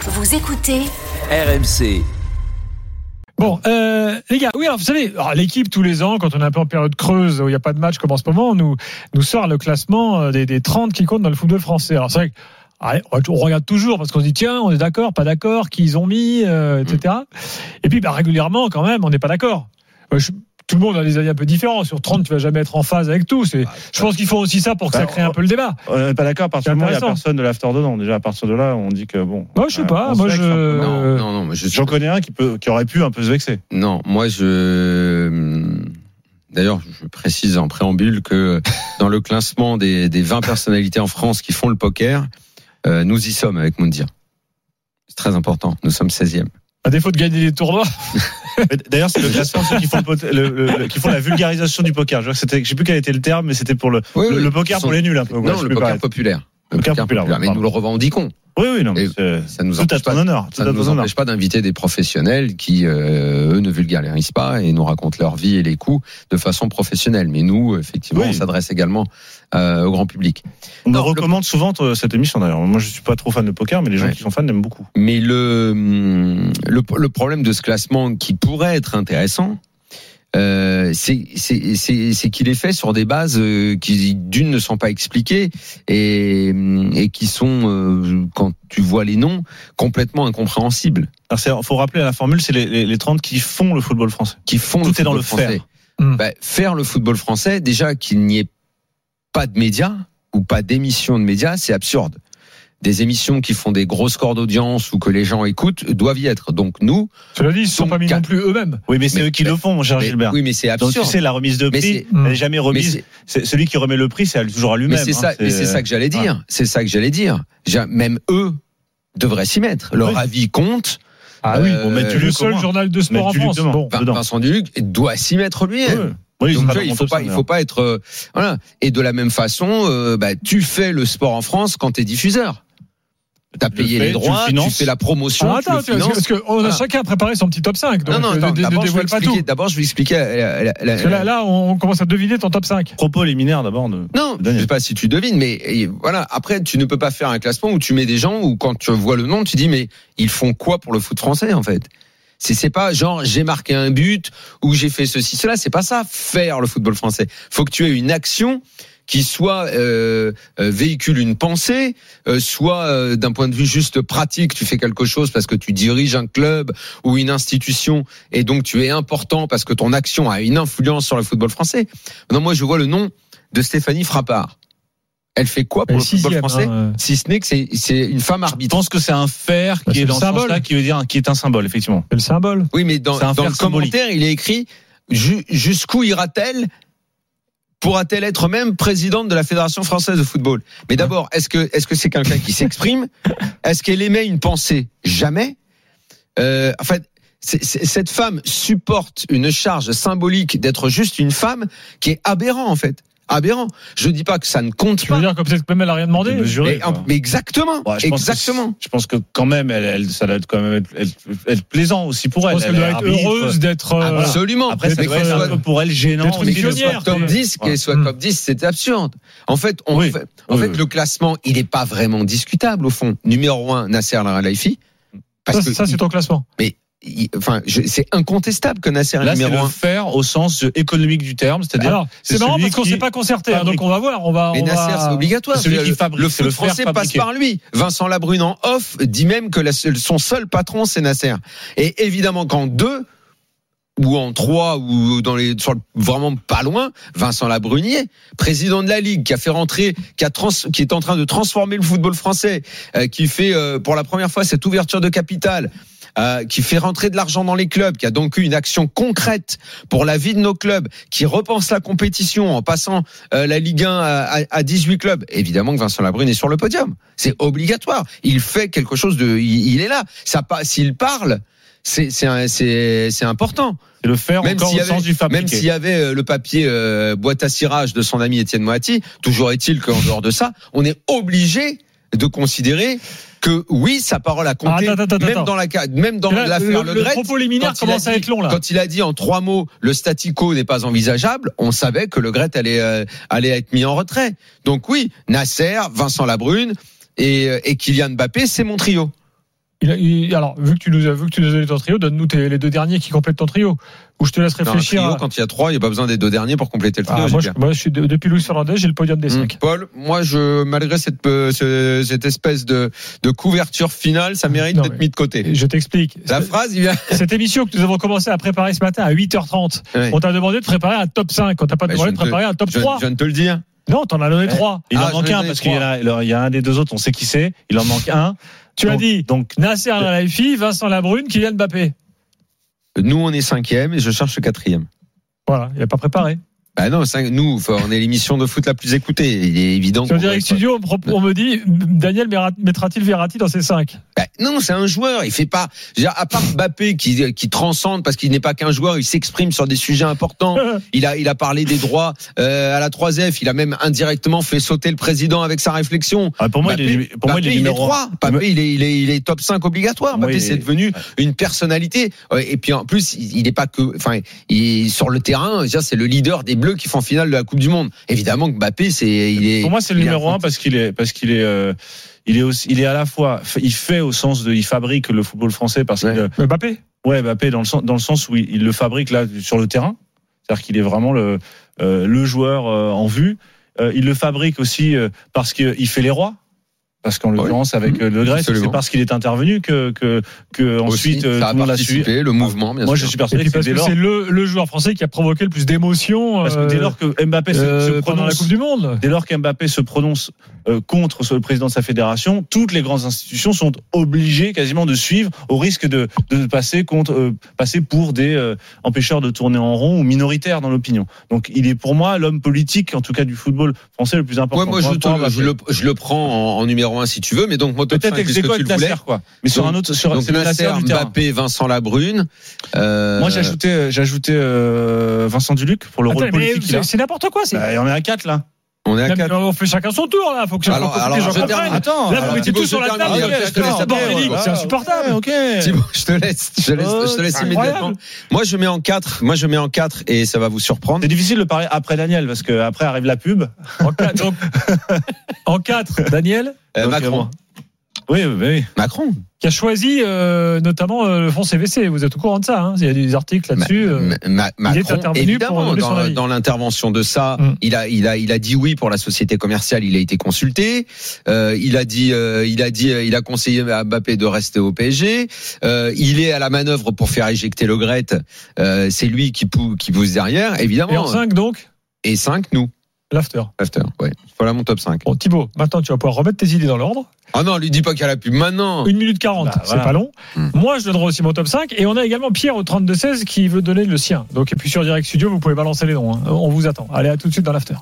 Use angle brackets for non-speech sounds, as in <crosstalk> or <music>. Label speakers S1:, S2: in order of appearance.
S1: Vous écoutez
S2: RMC.
S3: Bon, euh, les gars, oui, alors vous savez, alors, l'équipe tous les ans, quand on est un peu en période creuse, où il n'y a pas de match comme en ce moment, on nous, nous sort le classement euh, des, des 30 qui comptent dans le football français. Alors c'est vrai que, allez, on regarde toujours parce qu'on se dit, tiens, on est d'accord, pas d'accord, qui ils ont mis, euh, etc.
S4: Mm.
S3: Et puis bah, régulièrement, quand même, on n'est pas d'accord. Euh, je- tout le monde a des avis un peu différents. Sur 30, tu vas jamais être en phase avec tous. Et je pense qu'ils font aussi ça pour que
S4: Bah,
S3: ça crée un peu le débat.
S4: On n'est pas d'accord parce
S3: C'est
S4: que moment où il n'y a
S3: intéressant.
S4: personne de l'after dedans. Déjà, à partir de là, on dit que bon.
S3: Moi, je sais
S4: euh,
S3: pas.
S4: on se
S3: Moi,
S4: vexe
S3: je... euh,
S4: un peu.
S5: Non, non, non, mais je
S4: J'en connais un qui, peut, qui aurait pu un peu se vexer.
S5: Non, moi je. hmm, D'ailleurs, je précise en préambule que <laughs> dans le classement des, des 20 personnalités en France qui font le poker, euh, nous y sommes avec Moundir. C'est très important. Nous sommes 16e.
S3: À défaut de gagner des tournois.
S4: <laughs> Mais D'ailleurs, c'est le classement de ceux qui font, le pot- le- le- le- qui font la vulgarisation du poker. Je vois que c'était- je sais plus quel était le terme, mais c'était pour le,
S5: Oui,
S4: le,
S5: oui,
S4: le poker
S5: ils
S4: pour
S5: sont-
S4: les nuls un peu. quoi,
S5: Non,
S4: je
S5: le
S4: peux
S5: poker
S4: pas-
S5: populaire. Le
S4: Poker populaire,
S5: Mais
S4: pardon.
S5: nous le revendiquons.
S4: Oui, oui, non. mais
S5: Et
S4: c'est-
S5: Ça nous
S4: Tout à
S5: empêche
S4: ton
S5: pas.
S4: honneur. Tout
S5: Ça
S4: à
S5: ne nous
S4: ton honneur.
S5: empêche pas d'inviter des professionnels qui, euh, eux, ne vulgarisent pas et nous racontent leur vie et les coups de façon professionnelle. Mais nous, effectivement,
S4: Oui.
S5: on s'adresse également euh, au grand public.
S4: On
S5: Non,
S4: nous recommande souvent euh, cette émission d'ailleurs. Moi, je suis pas trop fan de poker, mais les gens
S5: Ouais.
S4: qui sont fans l'aiment beaucoup.
S5: Mais le, hum, le, le problème de ce classement qui pourrait être intéressant, euh, c'est c'est- c'est- c'est qu'il est fait sur des bases euh, qui, d'une, ne sont pas expliquées et, hum, et qui sont, euh, quand tu vois les noms, complètement incompréhensibles.
S4: Il faut rappeler à la formule, c'est les, les- les 30 qui font le football français.
S5: qui font
S4: Tout
S5: le
S4: est dans
S5: football
S4: le
S5: français.
S4: faire.
S3: Hmm.
S5: Bah, faire le football français, déjà qu'il n'y ait pas de médias ou pas d'émissions de médias, c'est absurde. Des émissions qui font des gros scores d'audience ou que les gens écoutent doivent y être. Donc nous,
S3: Cela dit, ils ne sont
S5: Sont
S3: pas mis non
S5: quatre.
S3: plus eux-mêmes.
S4: Oui, mais c'est
S5: Mais-
S4: eux qui le font, mon cher
S5: mais-
S4: Gilbert.
S5: oui, mais c'est
S4: Donc tu
S5: absurde.
S4: sais, la remise de
S5: Mais
S4: prix,
S5: c'est-
S4: elle n'est jamais
S5: mais
S4: remise.
S5: c'est
S4: C'est- Celui qui remet le prix, c'est toujours à
S5: mais
S4: lui-même.
S5: c'est
S4: hein.
S5: ça, mais c'est ça que j'allais dire. C'est ça que j'allais dire. J'ai- Même eux devraient s'y mettre. Leur
S4: Oui.
S5: avis compte.
S3: Bah
S4: Ah oui, bon,
S5: Euh,
S4: mettre
S5: Tu
S3: Le
S4: Luc au
S3: seul
S4: moins.
S3: journal de sport
S4: Mais
S3: en
S4: tu lui
S3: France.
S4: demandes.
S3: Bon.
S5: Vin-
S4: Dedans.
S5: Vincent Duluc doit s'y mettre lui-même.
S4: Ouais. Oui, ils sont
S5: Donc,
S4: pas
S5: tu vois,
S4: dans
S5: il
S4: mon
S5: faut
S4: top
S5: pas,
S4: 100,
S5: il
S4: d'ailleurs.
S5: faut pas être euh, voilà. Et de la même façon, euh, bah, tu fais le sport en France quand t'es diffuseur. T'as
S4: Tu le
S5: payé
S4: fais,
S5: les
S4: tu le
S5: droits, tu,
S4: finances.
S5: fais la promotion,
S3: Ah, attends,
S5: tu
S3: parce que-
S5: le finances.
S3: parce que on a
S5: Voilà.
S3: chacun préparé son petit top 5. Donc,
S5: non, non,
S3: euh,
S5: attends,
S3: ne- ne
S5: d'abord, je vais
S3: dévoile pas
S5: expliquer-
S3: tout.
S5: d'abord, je vais expliquer. euh, la- la-
S3: Parce que
S5: la-
S3: là, là, on on commence à deviner ton top 5.
S4: Propos liminaires d'abord. de-
S5: Non, je
S4: Daniel.
S5: sais pas si tu devines, mais et voilà. Après, tu ne peux pas faire un classement où tu mets des gens où quand tu vois le nom, tu dis mais ils font quoi pour le foot français en fait C'est c'est pas genre j'ai marqué un but ou j'ai fait ceci cela. C'est pas ça faire le football français. Faut que tu aies une action qui soit euh, euh, véhicule une pensée, euh, soit euh, d'un point de vue juste pratique, tu fais quelque chose parce que tu diriges un club ou une institution et donc tu es important parce que ton action a une influence sur le football français. Non, moi je vois le nom de Stéphanie Frappard. Elle fait quoi pour
S3: Et
S5: le football
S3: sixième,
S5: français
S3: hein, euh.
S5: Si ce n'est que c'est c'est une femme
S4: Je
S5: arbitre.
S4: pense que c'est un fer
S3: Bah,
S4: qui
S3: c'est
S4: est
S3: le
S4: dans ce
S3: symbole.
S4: sens-là, qui veut dire qui est un symbole, effectivement.
S3: C'est le symbole.
S5: Oui, mais dans,
S4: C'est un
S5: dans
S4: fer
S5: le
S4: symbolique.
S5: commentaire, il est écrit ju- jusqu'où ira-t-elle Pourra-t-elle être même présidente de la Fédération française de football Mais d'abord, est-ce que est-ce que c'est quelqu'un
S4: <laughs>
S5: qui s'exprime Est-ce qu'elle émet une pensée Jamais. Euh, en fait, c'est- c'est- cette femme supporte une charge symbolique d'être juste une femme qui est aberrant en fait. Aberrant. Je dis pas que ça ne compte
S3: Tu veux
S5: pas.
S3: dire que peut-être que même elle a rien demandé
S4: De mesurer,
S5: mais,
S4: quoi.
S5: mais exactement,
S4: Ouais, je pense que
S5: exactement.
S4: c'est- je pense que quand même, elle, elle- ça doit être quand même être, être- être plaisant aussi pour
S3: Je
S4: elle.
S3: pense qu'elle
S4: Elle
S3: doit
S4: est
S3: être
S4: arbitre.
S3: heureuse d'être.
S5: Ah,
S3: euh, voilà.
S5: Absolument.
S4: Ah, Après, ça
S5: Mais
S4: doit
S5: que
S4: être
S5: ce
S4: un
S5: soit-
S4: peu pour elle gênant.
S3: D'être une
S5: mais
S4: aussi de
S5: qu'elle
S3: pionnière.
S5: soit top
S3: c'est-
S5: 10, qu'elle soit
S3: Mm.
S5: top 10, c'est absurde. En fait, on
S4: Oui.
S5: fait- en
S4: Oui,
S5: fait
S4: oui.
S5: le classement, il n'est pas vraiment discutable au fond. Numéro 1, Nasser Al-Khelaifi. Parce
S3: Ça,
S5: que
S3: c'est- ça, c'est ton classement.
S5: il- il- enfin, je- c'est incontestable que Nasser est
S4: Là, c'est
S5: numéro
S4: le
S5: 1.
S4: faire au sens économique du terme, c'est-à-dire
S3: Alors, c'est
S4: c'est
S3: marrant
S4: celui
S3: parce qu'on ne
S4: qui
S3: s'est pas concerté. hein,
S4: fabrique.
S3: donc, on va voir. On va,
S5: Mais
S3: on
S5: Nasser,
S3: va-
S5: c'est obligatoire.
S4: C'est celui
S5: Je veux
S4: qui
S5: dire,
S4: fabrique,
S5: le
S4: c'est le fer
S5: foot français passe
S4: fabriqué.
S5: par lui. Vincent Labrune en off dit même que la seule- son seul patron, c'est Nasser. Et évidemment qu'en deux, ou en trois, ou dans les, sur le- vraiment pas loin, Vincent Labrunier, président de la Ligue, qui a fait rentrer, qui, a trans- qui est en train de transformer le football français, euh, qui fait euh, pour la première fois cette ouverture de capital. euh, qui fait rentrer de l'argent dans les clubs, qui a donc eu une action concrète pour la vie de nos clubs, qui repense la compétition en passant euh, la Ligue 1 à, à- à 18 clubs. Évidemment que Vincent Labrune est sur le podium. C'est obligatoire. Il fait quelque chose de. Il, il est là. Ça pa- S'il parle, c'est- c'est un- c'est c'est important
S4: c'est le faire
S5: même
S4: encore
S5: s'il
S4: au
S5: y avait,
S4: sens du
S5: même s'il
S4: fabriqué.
S5: y avait euh, le papier euh, boîte à cirage de son ami Étienne Moati, toujours est-il qu'en dehors de ça, on est obligé de considérer que oui, sa parole a compté,
S3: Ah, attends, attends,
S5: même
S3: attends.
S5: dans la ca- même dans
S3: Et là,
S5: l'affaire
S3: le,
S5: Le
S3: le
S5: Gret,
S3: propos liminaire
S5: quand il a
S3: commence à
S5: dit-
S3: être long là.
S5: Quand il a dit en trois mots le statico n'est pas envisageable, on savait que Le Gret allait euh, allait être mis en retrait. euh, Donc oui, Nasser, Vincent Labrune et, et Kylian Mbappé, c'est mon trio.
S3: il a- il- alors, vu que tu nous as, vu que tu nous as donné ton trio, donne-nous tes- les deux derniers qui complètent ton trio. Ou je te laisse
S5: Non, un
S3: réfléchir.
S5: trio,
S3: à-
S5: quand il y a trois, il n'y a pas besoin des deux derniers pour compléter le
S3: Ah,
S5: trio.
S3: moi,
S5: j'ai
S3: je, moi, je suis de- depuis Luis Fernandez, j'ai le podium des
S5: Mm.
S3: cinq.
S5: Paul, moi, je, malgré cette, euh, ce- cette espèce de, de couverture finale, ça mérite
S3: Non,
S5: d'être
S3: mais-
S5: mis de côté.
S3: Et Je t'explique.
S5: La <laughs> phrase, il vient.
S3: Cette émission que nous avons commencé à préparer ce matin à 8h30,
S5: Ouais.
S3: on t'a demandé de préparer un top 5. On t'a pas
S5: Bah,
S3: demandé
S5: je
S3: de
S5: ne te-
S3: préparer un top
S5: Je,
S3: 3.
S5: je viens de te le dire.
S3: Non, t'en as donné 3.
S4: Il
S5: Ah,
S4: en manque
S5: j'en ai
S4: un
S5: les
S4: parce qu'il y, en a- alors, il y a un des deux autres, on sait qui c'est. Il en manque un.
S3: Tu as
S4: Donc-
S3: dit
S4: Donc,
S3: Nasser Al-Khelaifi, Vincent Labrune, Kylian Mbappé.
S5: Nous, on est cinquième et je cherche le quatrième.
S3: Voilà, il a pas préparé.
S5: Bah non, cinq, nous, enfin, on est l'émission de foot la plus écoutée. Il est évident
S3: Sur
S5: qu'on doit
S3: Direct
S5: être-
S3: Studio, on, me propo- on me dit Daniel Mera- mettra-t-il Verratti dans ses 5
S5: Bah, non, c'est un joueur. Il fait pas. je veux dire, à part Mbappé qui, qui transcende parce qu'il n'est pas qu'un joueur, il s'exprime sur des
S4: <laughs>
S5: sujets importants. Il a, il a parlé des droits euh, à la 3F. Il a même indirectement fait sauter le président avec sa réflexion.
S4: ah, pour moi, il est, pour moi, il est numéro un.
S5: 3. Mbappé, il est, il, est, il est top 5 obligatoire.
S4: Moi,
S5: Mbappé,
S4: il est-
S5: c'est devenu une personnalité. Ouais, Et puis en plus, il il est pas que. Enfin, il est sur le terrain, je veux dire, c'est le leader des Bleus qui font finale de la Coupe du Monde. Évidemment que Mbappé, c'est. Il est,
S4: Pour moi, c'est le
S5: il est
S4: numéro
S5: un-
S4: un parce qu'il est, parce qu'il est, euh, il est aussi, il est à la fois, il fait au sens de, il fabrique le football français parce
S5: Ouais.
S4: que,
S3: Mbappé
S4: ouais, Mbappé dans le sens, dans le sens où il, il le fabrique là sur le terrain, c'est-à-dire qu'il est vraiment le, euh, le joueur euh, en vue. Euh, il le fabrique aussi euh, parce qu'il fait les rois. Parce qu'en l'occurrence, avec euh, le Grèce,
S5: Ah Mhm. absolument.
S4: c'est parce qu'il est intervenu que, que, que
S5: aussi,
S4: ensuite euh, tout
S5: ça a
S4: le monde l'a suivi.
S5: participé, le mouvement, bien
S4: Moi, je
S5: sûr.
S3: Et
S4: suis persuadé
S3: puis
S4: que c'est
S3: parce
S4: dès
S3: que
S4: lors,
S3: c'est le, le joueur français qui a provoqué le plus d'émotions
S4: parce que dès
S3: euh,
S4: lors que Mbappé se-
S3: euh,
S4: se
S3: pendant la
S4: prononce
S3: Coupe du Monde.
S4: Dès lors qu'Mbappé se prononce euh, contre le président de sa fédération, toutes les grandes institutions sont obligées quasiment de suivre au risque de, de passer, contre, euh, passer pour des euh, empêcheurs de tourner en rond ou minoritaires dans l'opinion. Donc il est pour moi l'homme politique, en tout cas du football français, le plus important.
S5: Ouais, moi,
S4: Pour
S5: je,
S4: un
S5: te-
S4: point, Mbappé.
S5: je le, je le prends en, en numéro 1 si tu veux, mais donc, moi, top
S4: Peut-être
S5: 5,
S4: ex
S5: puisque
S4: aequo
S5: tu
S4: avec
S5: le voulais.
S4: Nasser, quoi. Mais sur
S5: Donc-
S4: un autre, sur
S5: Donc,
S4: c'est le Nasser
S5: Nasser,
S4: du terrain.
S5: Mbappé, Vincent Labrune. euh,
S4: Moi j'ajoutais, j'ajoutais euh, Vincent Duluc pour le
S3: Attends,
S4: rôle
S3: mais
S4: politique qu'il a.
S3: c'est- c'est n'importe quoi. c'est-
S4: Bah, Il y en a à quatre là.
S5: On est à
S3: Non, mais
S5: 4.
S3: on fait chacun son tour là, faut que,
S5: Alors,
S3: faut que
S5: alors,
S3: les gens
S5: je termine.
S3: comprennent.
S4: Attends,
S3: Là,
S5: alors,
S3: vous mettez
S5: Thibaut,
S3: tout sur
S5: Ah, je
S3: la table.
S5: termine, il y a
S3: Ah, mais
S5: quelqu'un qui
S3: attends,
S5: s'appelle,
S3: bordélique,
S5: voilà.
S3: C'est insupportable.
S4: Ok.
S5: Thibaut, je te laisse, je te laisse, je te laisse
S4: Oh,
S5: immédiatement. Moi, je mets en 4. Moi, je mets en 4 et ça va vous surprendre.
S4: C'est difficile de parler après Daniel parce que après arrive la pub.
S3: En quatre, donc, en quatre, Daniel,
S5: Euh,
S4: Donc,
S5: Macron.
S4: euh, Oui, oui, oui.
S5: Macron.
S3: qui a choisi euh, notamment euh, le fonds CVC. Vous êtes au courant de ça. hein il y a des articles là-dessus. euh.
S5: Ma- Ma- Macron,
S3: intervenu pour
S5: évidemment,
S3: donner son
S5: dans,
S3: avis.
S5: dans l'intervention de ça,
S3: Mm.
S5: il a, il a, il a dit oui pour la société commerciale. Il a été consulté. Euh, il a dit, euh, il a dit, euh, il a conseillé à Mbappé de rester au PSG. Euh, il est à la manœuvre pour faire éjecter Le Gret. Euh, C'est lui qui, pou, qui pousse derrière,
S3: Et en
S4: Oh.
S5: évidemment.
S3: 5, donc,
S5: Et 5 nous.
S3: l'after.
S5: After. Ouais. Voilà mon top 5
S3: Bon, Thibaut, maintenant, tu vas pouvoir remettre tes idées dans l'ordre.
S5: Ah non, lui dis pas qu'il y a la pub maintenant.
S3: 1 minute 40,
S4: Bah,
S3: c'est
S4: voilà.
S3: pas long.
S5: Hmm.
S3: Moi, je donnerai aussi mon top 5. Et on a également Pierre au 32-16 qui veut donner le sien. Donc, et puis sur Direct Studio, vous pouvez balancer les noms. hein. On vous attend. Allez, à tout de suite dans l'after.